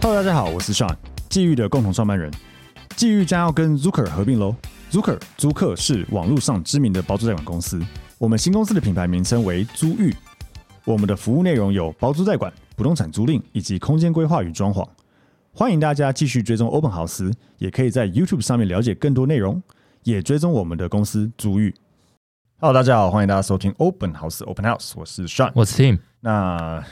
Hello，大家好，我是 Sean，际遇的共同创办人。际遇将要跟 Zucker 合并喽。Zucker 租客是网络上知名的包租代管公司，我们新公司的品牌名称为租遇。我们的服务内容有包租代管、不动产租赁以及空间规划与装潢。欢迎大家继续追踪 Open House，也可以在 YouTube 上面了解更多内容，也追踪我们的公司租遇。Hello，大家好，欢迎大家收听 Open House Open House，我是 Sean，我是 Tim，那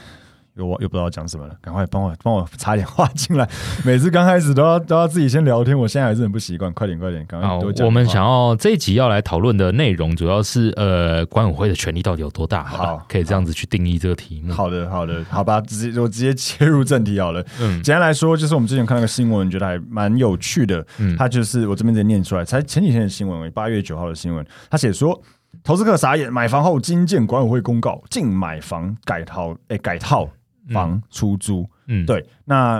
又忘又不知道讲什么了，赶快帮我帮我插点话进来。每次刚开始都要都要自己先聊天，我现在还是很不习惯。快点快点，赶快好哎多，讲。我们想要这一集要来讨论的内容，主要是呃，管委会的权利到底有多大？好吧，好可以这样子去定义这个题目。，好的好的，好吧，直接我直接切入正题好了。嗯简单来说，就是我们之前看到个新闻，觉得还蛮有趣的。嗯他就是我这边直接念出来，才前几天的新闻而已，八月九号的新闻，他写说。投资客傻眼，买房后经建管委会公告，禁买房改套，诶、改套房出租。嗯，对，那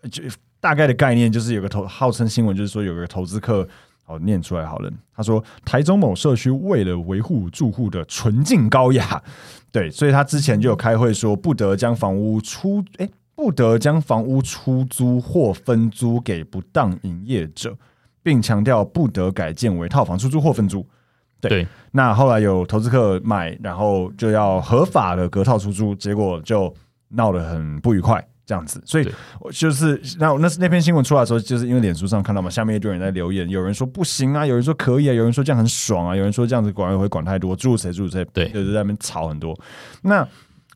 呃就大概的概念就是有个投号称新闻，就是说有个投资客，好念出来好了。他说台中某社区为了维护住户的纯净高雅，对，所以他之前就有开会说不得将房屋出诶，不得将房屋出租或分租给不当营业者，并强调不得改建为套房出租或分租。对，那后来有投资客买，然后就要合法的隔套出租，结果就闹得很不愉快，这样子。所以对我就是那我那那篇新闻出来的时候，就是因为脸书上看到嘛，下面一堆人在留言，有人说不行啊，有人说可以啊，有人说这样很爽啊，有人说这样子管委会管太多，住谁住谁，对就是在那边吵很多。那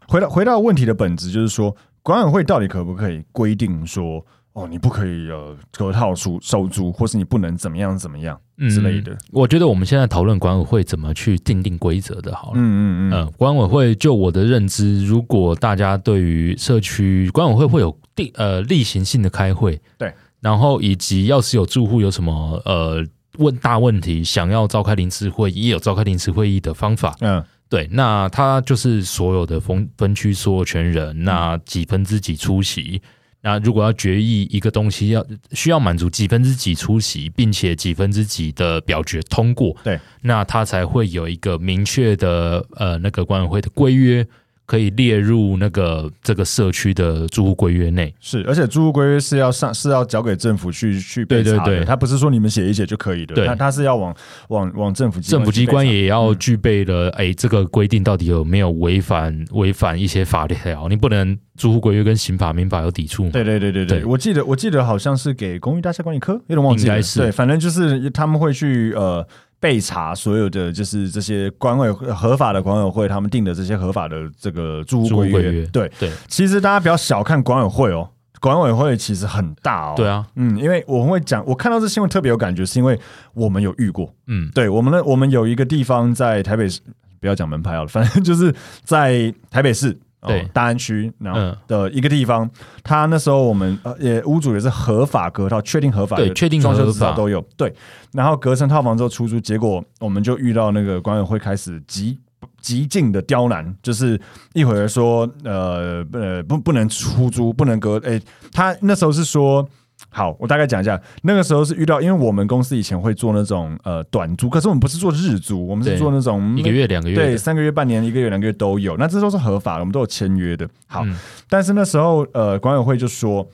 回到回到问题的本质，就是说管委会到底可不可以规定说？哦，你不可以呃隔套出收租，或是你不能怎么样怎么样嗯之类的。我觉得我们现在讨论管委会怎么去定定规则的，好了。嗯嗯嗯，呃，管委会就我的认知，如果大家对于社区管委会会有定呃例行性的开会，对，然后以及要是有住户有什么呃问大问题，想要召开临时会议，也有召开临时会议的方法，嗯对，那他就是所有的分分区所有权人，那几分之几出席。那如果要决议一个东西要需要满足几分之几出席，并且几分之几的表决通过，对，那他才会有一个明确的呃那个管委会的规约，可以列入那个这个社区的住户规约内。是，而且租屋规约是要上是要交给政府去去被对对查的对它不是说你们写一写就可以的，对它它是要往往往政府机政府机关去也要具备了，哎、这个规定到底有没有违反违反一些法条？你不能住户规约跟刑法、民法有抵触嘛被查。对对对对对，对我记得我记得好像是给公寓大厦管理科，有点忘记应了。该是对，反正就是他们会去呃备查所有的就是这些管委会合法的管委会他们定的这些合法的这个住户住户规规约。约对，对其实大家不要小看管委会哦，管委会其实很大哦。对。啊，嗯，因为我会讲，我看到这新闻特别有感觉，是因为我们有遇过，嗯，对我们呢，我们有一个地方在台北市，不要讲门牌好了，反正就是在台北市。哦对大安区，然后嗯的一个地方，他那时候我们呃，也屋主也是合法隔套，确定合法的，对确定合装法修执照都有，对。然后隔成套房之后出租，结果我们就遇到那个管委会开始极极尽的刁难，就是一会儿说呃呃不不能出租，不能隔，诶，他那时候是说好，我大概讲一下，那个时候是遇到，因为我们公司以前会做那种呃短租，可是我们不是做日租，我们是对做那种嗯一个月、两个月的，对三个月、半年、一个月、两个月都有，那这都是合法的，我们都有签约的。好，嗯但是那时候呃，管委会就说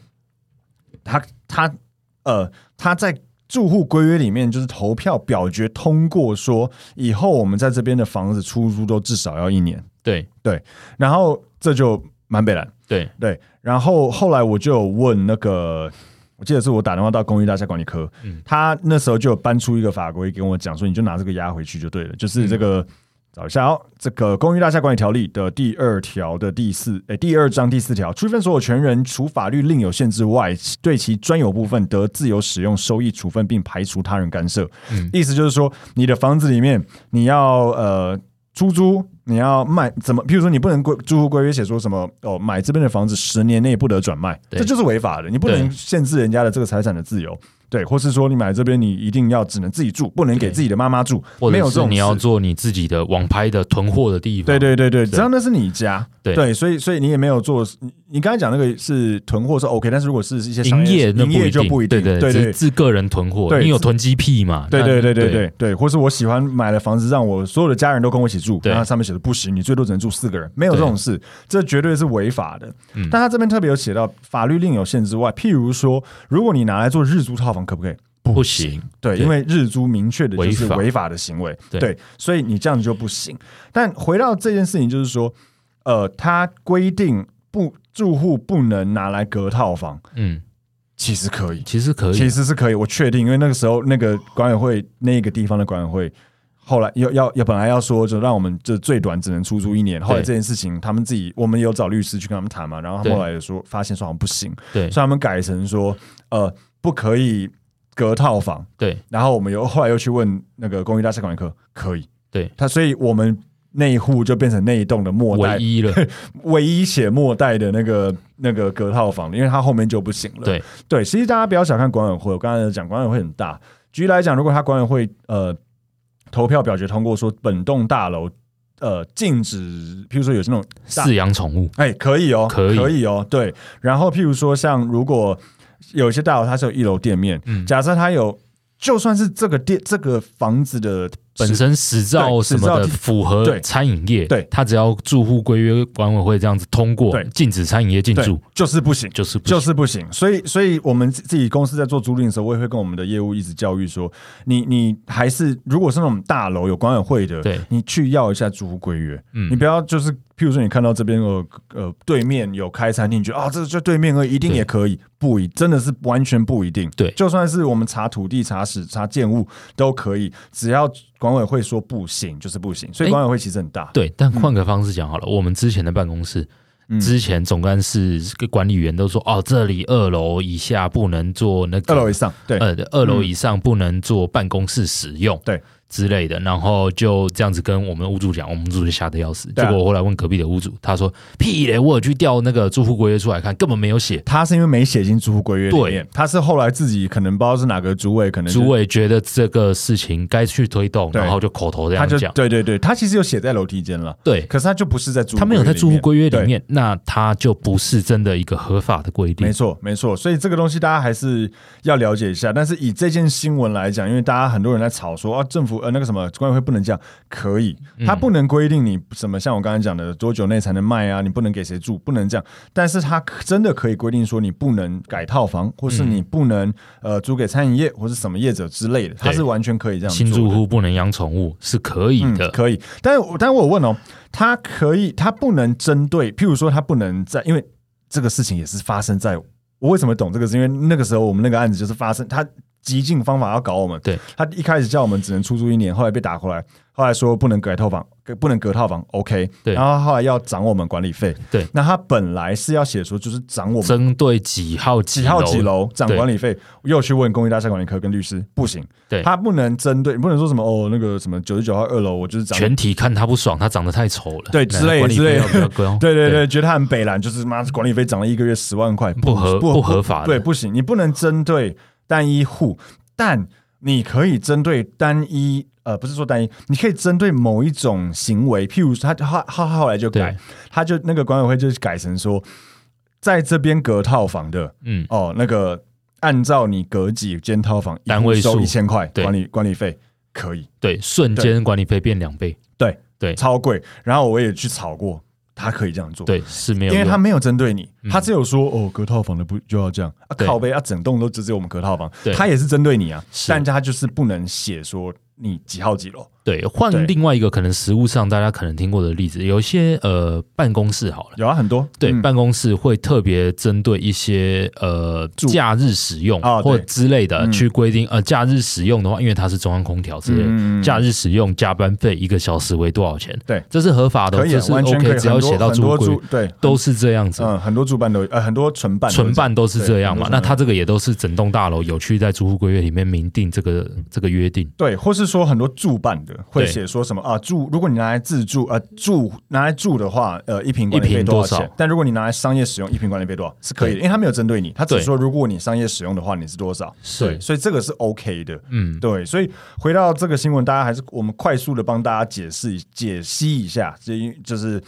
他他呃他在。住户规约里面就是投票表决通过说，以后我们在这边的房子出租都至少要一年，对然后这就蛮北蓝。对，对，然后后来我就有问那个，我记得是我打电话到公寓大厦管理科，嗯他那时候就有搬出一个法规跟我讲说，你就拿这个压回去就对了，就是这嗯个。找一下哦，这个《公寓大厦管理条例》的第二条的第四，诶，第二章第四条，处分所有权人除法律另有限制外，对其专有部分得自由使用、收益处分，并排除他人干涉。嗯意思就是说，你的房子里面你要呃出租，你要卖怎么？譬如说，你不能规租户规约写说什么哦，买这边的房子十年内不得转卖，对这就是违法的。你不能对限制人家的这个财产的自由。对，或是说你买这边你一定要只能自己住，不能给对自己的妈妈住，或没有者这是种你要事做你自己的网拍的囤货的地方。对对对对，对只要那是你家，对所以所以你也没有做，你你刚才讲那个是囤货是 OK，但是如果是一些商营业那营业就不一定，对对对，对自自个人囤货，对你有囤积癖嘛？对那对对对对对，或是我喜欢买了房子，让我所有的家人都跟我一起住，对然后上面写的不行，你最多只能住四个人，没有这种事，这绝对是违法的。嗯但他这边特别有写到，法律另有限之外，譬如说，如果你拿来做日租套房，可不可以？不行，对，对因为日租明确的就是违法违法的行为，对所以你这样就不行。但回到这件事情，就是说，呃，它规定不住户不能拿来隔套房，嗯，其实可以，其实可以啊其，实是可以，我确定，因为那个时候那个管委会那个地方的管委会，后来要要要本来要说，就让我们这最短只能出租一年。后来这件事情，他们自己我们有找律师去跟他们谈嘛，然后他们对后来也说发现说好像不行，对所以他们改成说呃不可以隔套房。对然后我们又后来又去问那个公寓大厦管理科，可以，对，他所以我们那一户就变成那一栋的末代唯一了，唯一写末代的那个那个隔套房的，因为它后面就不行了。对对，其实大家不要小看管委会，我刚才有讲管委会很大。举例来讲，如果他管委会呃投票表决通过说本栋大楼呃禁止，譬如说有这种 大饲养宠物，哎、可以哦，可以哦，对。然后譬如说像如果有一些大楼它是有一楼店面，嗯假设它有。就算是这个店、这个房子的本身执照对什么执的照符合对餐饮业，对他只要住户规约管委会这样子通过对，禁止餐饮业进对驻，就是不行，就是不就行是不行。所以，所以我们自自己公司在做租赁的时候，我也会跟我们的业务一直教育说，你你还是如果是那种大楼有管委会的，对你去要一下租户规约，嗯你不要就是，譬如说你看到这边有呃对面有开餐厅，你觉得啊、这就对面而已一定对也可以，不一真的是完全不一定。对就算是我们查土地、查史、查建物都可以，只要管委会说不行就是不行。所以哎管委会其实很大，对，但换个方式讲好了，我们之前的办公室，嗯之前总干事跟管理员都说，哦，这里二楼以下不能做那个，二楼以上对。呃，二楼以上不能做办公室使用，对之类的。然后就这样子跟我们屋主讲，我们屋主就吓得要死。对啊结果我后来问隔壁的屋主，他说：“屁嘞，我有去调那个住户规约出来看，根本没有写。他是因为没写进租户规约里对面，他是后来自己可能不知道是哪个主委，可”能就是主委觉得这个事情该去推动，对然后就口头这他样就讲，对对对，他其实有写在楼梯间了，对。可是他就不是在租，他没有在住户规约里对。面，那他就不是真的一个合法的规定没。错，没错，所以这个东西大家还是要了解一下。但是以这件新闻来讲，因为大家很多人在吵说啊，政府呃那个什么管委会不能这样，可以，嗯他不能规定你什么，像我刚才讲的多久内才能卖啊，你不能给谁住，不能这样。但是他真的可以规定说你不能改套房，或是嗯你不能、呃租给餐饮业或是什么业者之类的，他对是完全可以这样做新的。住户不能养宠物是可以的，嗯、可以。但我但我有问哦，他可以，他不能针对，譬如说，他不能在，因为这个事情也是发生在我为什么懂这个，是因为那个时候我们那个案子就是发生他。极尽方法要搞我们，对他一开始叫我们只能出租一年，后来被打回来，后来说不能隔套房，不能隔套房，OK，对然后后来要涨我们管理费，对那他本来是要写说就是涨我们针对几号几几号楼几楼涨管理费，又去问公益大厦管理科跟律师，不行，对他不能针对，不能说什么哦，那个什么九十九号二楼，我就是涨全体看他不爽，他长得太丑了，对那之类管理之类，费要比较 高对对对，觉得他很北蓝，就是妈管理费涨了一个月十万块，不合不不合法的对，不行，你不能针对单一户，但你可以针对单一。呃，不是说单一，你可以针对某一种行为，譬如说他他他后来就改对，他就那个管委会就改成说，在这边隔套房的嗯，哦，那个按照你隔几间套房，一户单位收数一千块对管理管理费可以，对，瞬间管理费变两倍，对对超贵。然后我也去炒过，他可以这样做，对，是没有因为用，嗯他没有针对你，他只有说哦，隔套房的不就要这样啊？对靠背啊，整栋都只有我们隔套房对，他也是针对你啊，是但他就是不能写说你几号几楼，对换对另外一个可能实物上大家可能听过的例子，有一些呃办公室好了。有啊，很多对，嗯办公室会特别针对一些呃住假日使用啊对或之类的嗯去规定，呃，假日使用的话，因为它是中央空调之类嗯嗯嗯的，假日使用加班费一个小时为多少钱？对这是合法的可哦，以这啊是完全可 OK，以，只要很多写到很租多户规住对都是这样子。嗯，很多住办都呃很多纯办都纯办都是这样嘛对？那他这个也都是嗯整栋大楼有去在租户规约里面明定这个这个约定，对，或是说很多住办的，个，会对写说什么啊住，如果你拿来自住呃住拿来住的话，呃一瓶管理一费瓶多多少钱少？但如果你拿来商业使用，一瓶管理费多少是可以的，对因为他没有针对你，他只对说如果你商业使用的话，你是多少？是对所以这个是 OK 的。嗯，对，所以回到这个新闻，大家还是我们快速的帮大家解释一解析一下，这一就是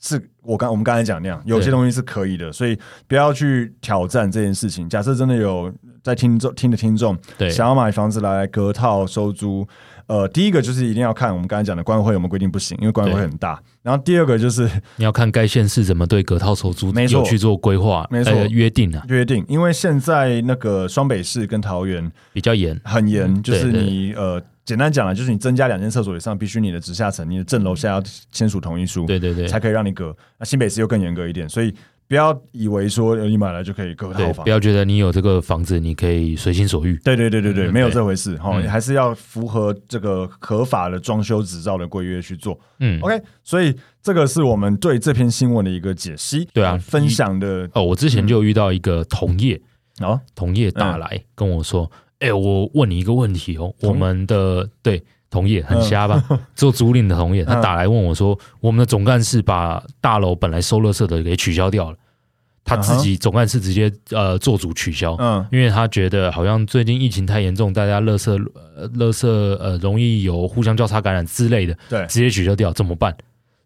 是我刚我们刚才讲那样，有些对东西是可以的，所以不要去挑战这件事情。假设真的有在听众听的听众对想要买房子来隔套收租，呃，第一个就是一定要看我们刚才讲的管委会有没有规定不行，因为管委会对很大。然后第二个就是你要看该县市怎么对隔套收租没错有去做规划，没错呃约定啊约定，因为现在那个双北市跟桃园比较严，很严，就是嗯对对你呃，简单讲了，就是你增加两间厕所以上，必须你的直下层、你的正楼下要签署同意书，对对对才可以让你隔。那新北市又更严格一点，所以不要以为说呃你买来就可以隔套对，房不。要觉得你有这个房子你可以随心所欲，对对对对对，嗯没有对这回事哈，嗯还是要符合这个合法的装修执照的规约去做。嗯 OK，所以这个是我们对这篇新闻的一个解析，呃对啊分享的哦，我之前就遇到一个同业，哦，同业大来跟我说：“哎、我问你一个问题哦，同我们的对同业很瞎吧？ 做租赁的同业，他嗯打来问我说，我们的总干事把大楼本来收垃圾的给取消掉了，他自己总干事直接呃做主取消。嗯因为他觉得好像最近疫情太严重，大家垃圾、呃、垃圾呃容易有互相交叉感染之类的，对直接取消掉怎么办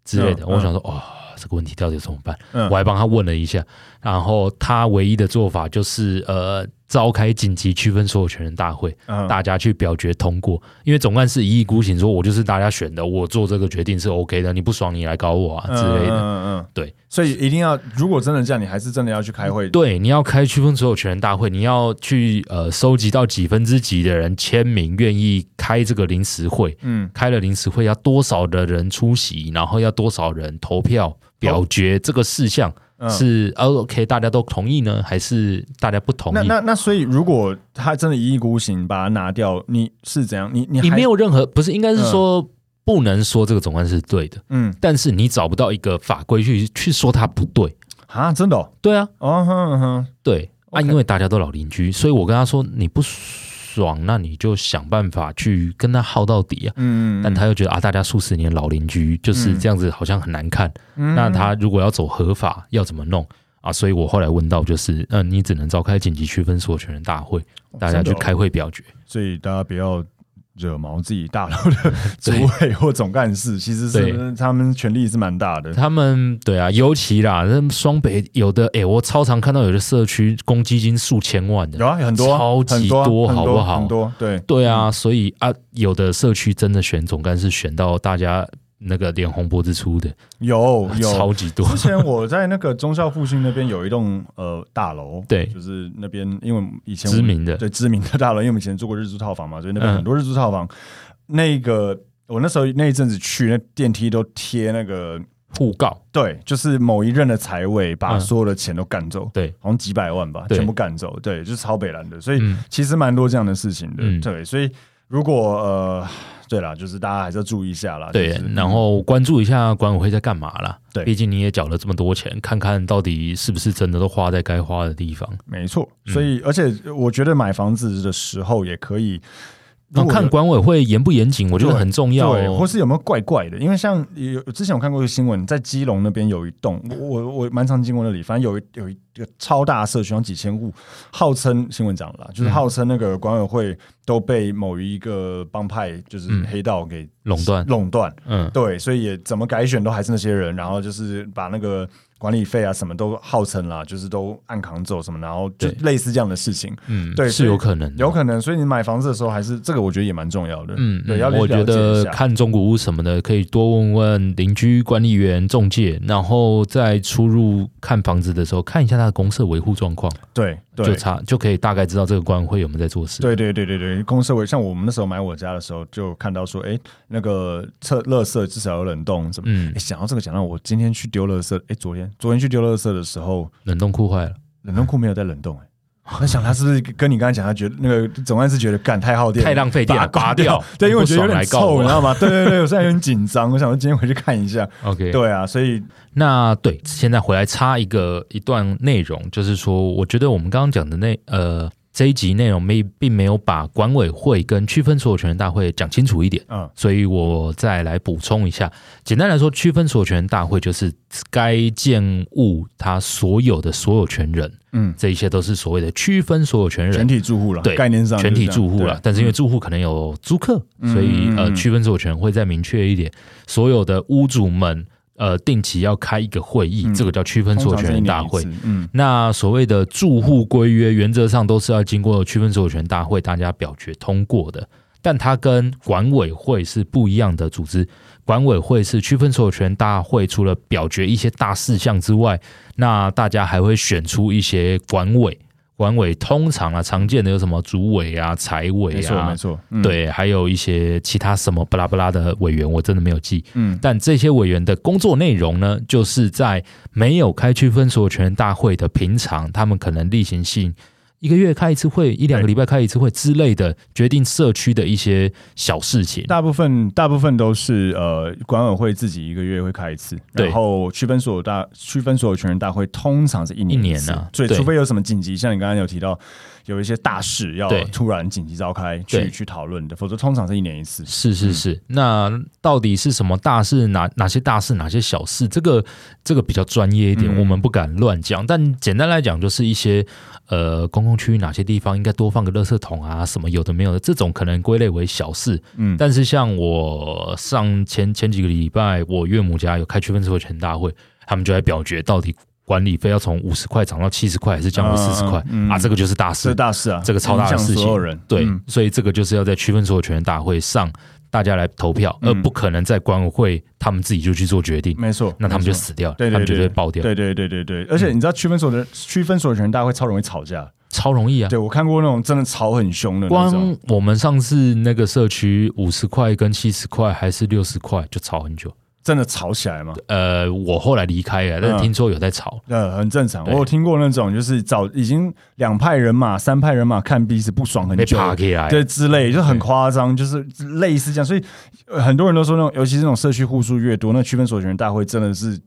之类的。嗯我想说，哇、这个问题到底怎么办？嗯我还帮他问了一下，然后他唯一的做法就是呃，召开紧急区分所有权人大会，嗯，大家去表决通过。因为总干事一意孤行，说我就是大家选的，我做这个决定是 OK 的，你不爽你来搞我啊之类嗯的。嗯嗯，嗯对，所以一定要，如果真的这样，你还是真的要去开会，对，你要开区分所有权人大会，你要去呃收集到几分之几的人签名，愿意开这个临时会。嗯，开了临时会，要多少的人出席，然后要多少人投票表决这个事项，嗯是、呃 OK 大家都同意呢，还是大家不同那意？那那，所以如果他真的一意孤行把它拿掉，你是怎样？你你你还没有任何不是，应该是说、不能说这个总案是对的，嗯但是你找不到一个法规去去说它不对。啊？真的哦，对啊，哦哼哼，对啊， OK 因为大家都老邻居，所以我跟他说你不爽，那你就想办法去跟他耗到底啊。嗯，但他又觉得啊，大家数十年老邻居就是这样子，好像很难看。嗯那他如果要走合法，要怎么弄啊？所以我后来问到，就是，嗯、你只能召开紧急区分所有权人大会，大家去真的哦开会表决。所以大家不要惹毛自己大楼的 主委或总干事，其实是对他们权力是蛮大的。他们对啊，尤其啦，那双北有的，哎、我超常看到有的社区公积金数千万的，有啊，很多啊超级很多啊多很好不好很多对，对啊，所以啊，有的社区真的选总干事选到大家那个脸红脖子粗的，有有。 超 级多。之前我在那个忠孝复兴那边有一栋呃大楼，对就是那边因为以前我知们名的，对知名的大楼，因为我们以前住过日租套房嘛，所以那边嗯很多日租套房。那个我那时候那一阵子去，那电梯都贴那个，互告，对，就是某一任的财委把嗯所有的钱都赶走，对，好像几百万吧，对全部赶走，对，就是超北蓝的，所以嗯其实蛮多这样的事情的，嗯对，所以如果呃，对啦，就是大家还是要注意一下啦，对就是，嗯然后关注一下管委会在干嘛啦。对毕竟你也缴了这么多钱，看看到底是不是真的都花在该花的地方。没错，嗯所以而且我觉得买房子的时候也可以。如那果有看管委会严不严谨，我觉得很重要对，或哦。是有没有怪怪的？因为像有之前我看过一个新闻，在基隆那边有一栋，我我我蛮常经过那里，反正有一有一个超大的社区，好像几千户，号称新闻讲了啦，就是嗯号称那个管委会都被某一个帮派，就是嗯黑道给垄断垄断，嗯，对，所以也怎么改选都还是那些人，然后就是把那个管理费啊什么都号称啦，就是都暗扛走什么，然后就对类似这样的事情，嗯，对所是以有可能的，有可能。所以你买房子的时候，还是这个我觉得也蛮重要的，嗯，对，要嗯我觉了解得一下。看中古屋什么的，可以多问问邻居、管理员、中介，然后在出入看房子的时候，看一下他的公社维护状况，对对，就差就可以大概知道这个管委会有没有在做事。对对对对对，公社会像我们那时候买我家的时候，就看到说，哎，那个厕垃圾至少有冷冻什么。嗯诶，想到这个，想到我今天去丢垃圾，哎，昨天昨天去丢垃圾的时候，冷冻库坏了，冷冻库没有在冷冻、 诶我在想他是不是跟你刚才讲，他觉得那个总干事觉得干太耗电，太浪费电把它了，拔刮掉。 对，因为我觉得有点来告臭，你知我。 道吗？对对对，我现在有点紧张，我想说今天回去看一下。 OK，对啊，所以那对，现在回来插一个一段内容，就是说，我觉得我们刚刚讲的那呃，这一集内容没并没有把管委会跟区分所有权人大会讲清楚一点，嗯所以我再来补充一下。简单来说，区分所有权人大会就是该建物它所有的所有权人，嗯，这一些都是所谓的区分所有权全人。体住户了，对概念上全体住户了了，，但是因为住户可能有租客，嗯所以呃嗯嗯区分所有权会再明确一点。所有的屋主们呃定期要开一个会议，嗯这个叫区分所有权人大通。常会是一年一次，嗯那所谓的住户规约，原则上都是要经过区分所有权大会大家表决通过的，但它跟管委会是不一样的组织。管委会是区分所有权大会，除了表决一些大事项之外，那大家还会选出一些管委。管委通常啊，常见的有什么主委啊、财嗯，委没错啊没，错，嗯，对，还有一些其他什么巴拉巴拉的委员，我真的没有记。嗯但这些委员的工作内容呢，就是在没有开区分所有权人大会的平常，他们可能例行性一个月开一次会，一两个礼拜开一次会之类的，决定社区的一些小事情。大部分大部分都是呃，管委会自己一个月会开一次，对然后区分所有大区分所有权人大会通常是一年一年次啊所以对除非有什么紧急，像你刚刚有提到有一些大事要对突然紧急召开去对去讨论的，否则通常是一年一次。是是是，嗯那到底是什么大事？哪哪些大事？哪些小事？这个这个比较专业一点，嗯我们不敢乱讲。但简单来讲，就是一些呃公共区域哪些地方应该多放个垃圾桶啊，什么有的没有的，这种可能归类为小事。嗯但是像我上前前几个礼拜，我岳母家有开区分所有权大会，他们就在表决到底管理费要从五十块涨到七十块，还是降回四十块嗯嗯嗯啊？这个就是大事这，大事啊，这个超大的影响事情所有人对，嗯所以这个就是要在区分所有权大会上大家来投票，嗯而不可能在管委会他们自己就去做决定，没错，那他们就没错死掉了，对对对他们就会爆掉，嗯对对对对对，而且你知道区分所有的区分所有权大会超容易吵架，超容易啊。对我看过那种真的吵很凶的那种光。我们上次那个社区五十块跟七十块还是六十块就吵很久，真的吵起来吗？呃，我后来离开了，但嗯是听说有在吵，呃，很正常。我对有听过那种，就是早已经两派人马、三派人马看彼此不爽很被久，爬起来，对之类，就很夸张，就是类似这样。所以呃很多人都说，那种尤其是那种社区户数越多，那区分所有权人大会真的是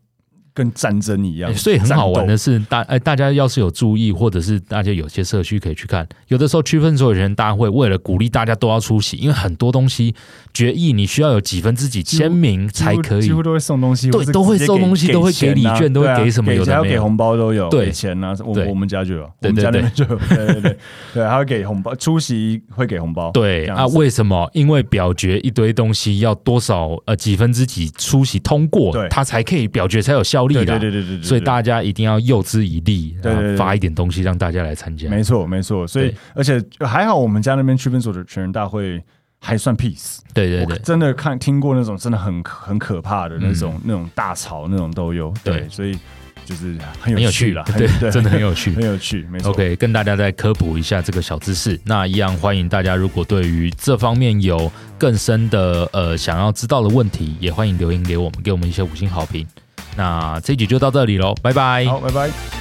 跟战争一样欸，所以很好玩战的是，大哎、大家要是有注意，或者是大家有些社区可以去看，有的时候区分所有权大会为了鼓励大家都要出席，因为很多东西决议你需要有几分之几乎签名斗才几乎可以几。乎都会送东西，对或是都会直接送东西都会给钱啊礼券都会对啊给什么给有的还要没给有红包都有，对给钱啊，我对我们家就有，我对们家那对边就有，对对对对，还要给红包，出席会给红包，对这样啊，子为什么？因为表决一堆东西要多少呃几分之几出席对通过，它才可以表决才有效力对的。对对对对对，所以对大家一定要诱之以利，对对对然后发一点东西让大家来参加。没错，没错。所以对，而且还好，我们家那边区分所的全人大会还算 peace。对对我对，真的看听过那种真的很很可怕的那种、那种大吵那种都有。对，嗯对所以就是很很有有趣啦，，对很， 对，真的很有趣。很有趣，没错。 OK，跟大家再科普一下这个小知识。那一样欢迎大家，如果对于这方面有更深的呃想要知道的问题，也欢迎留言给我们，给我们一些五星好评。那这一集就到这里喽，拜拜。好，拜拜。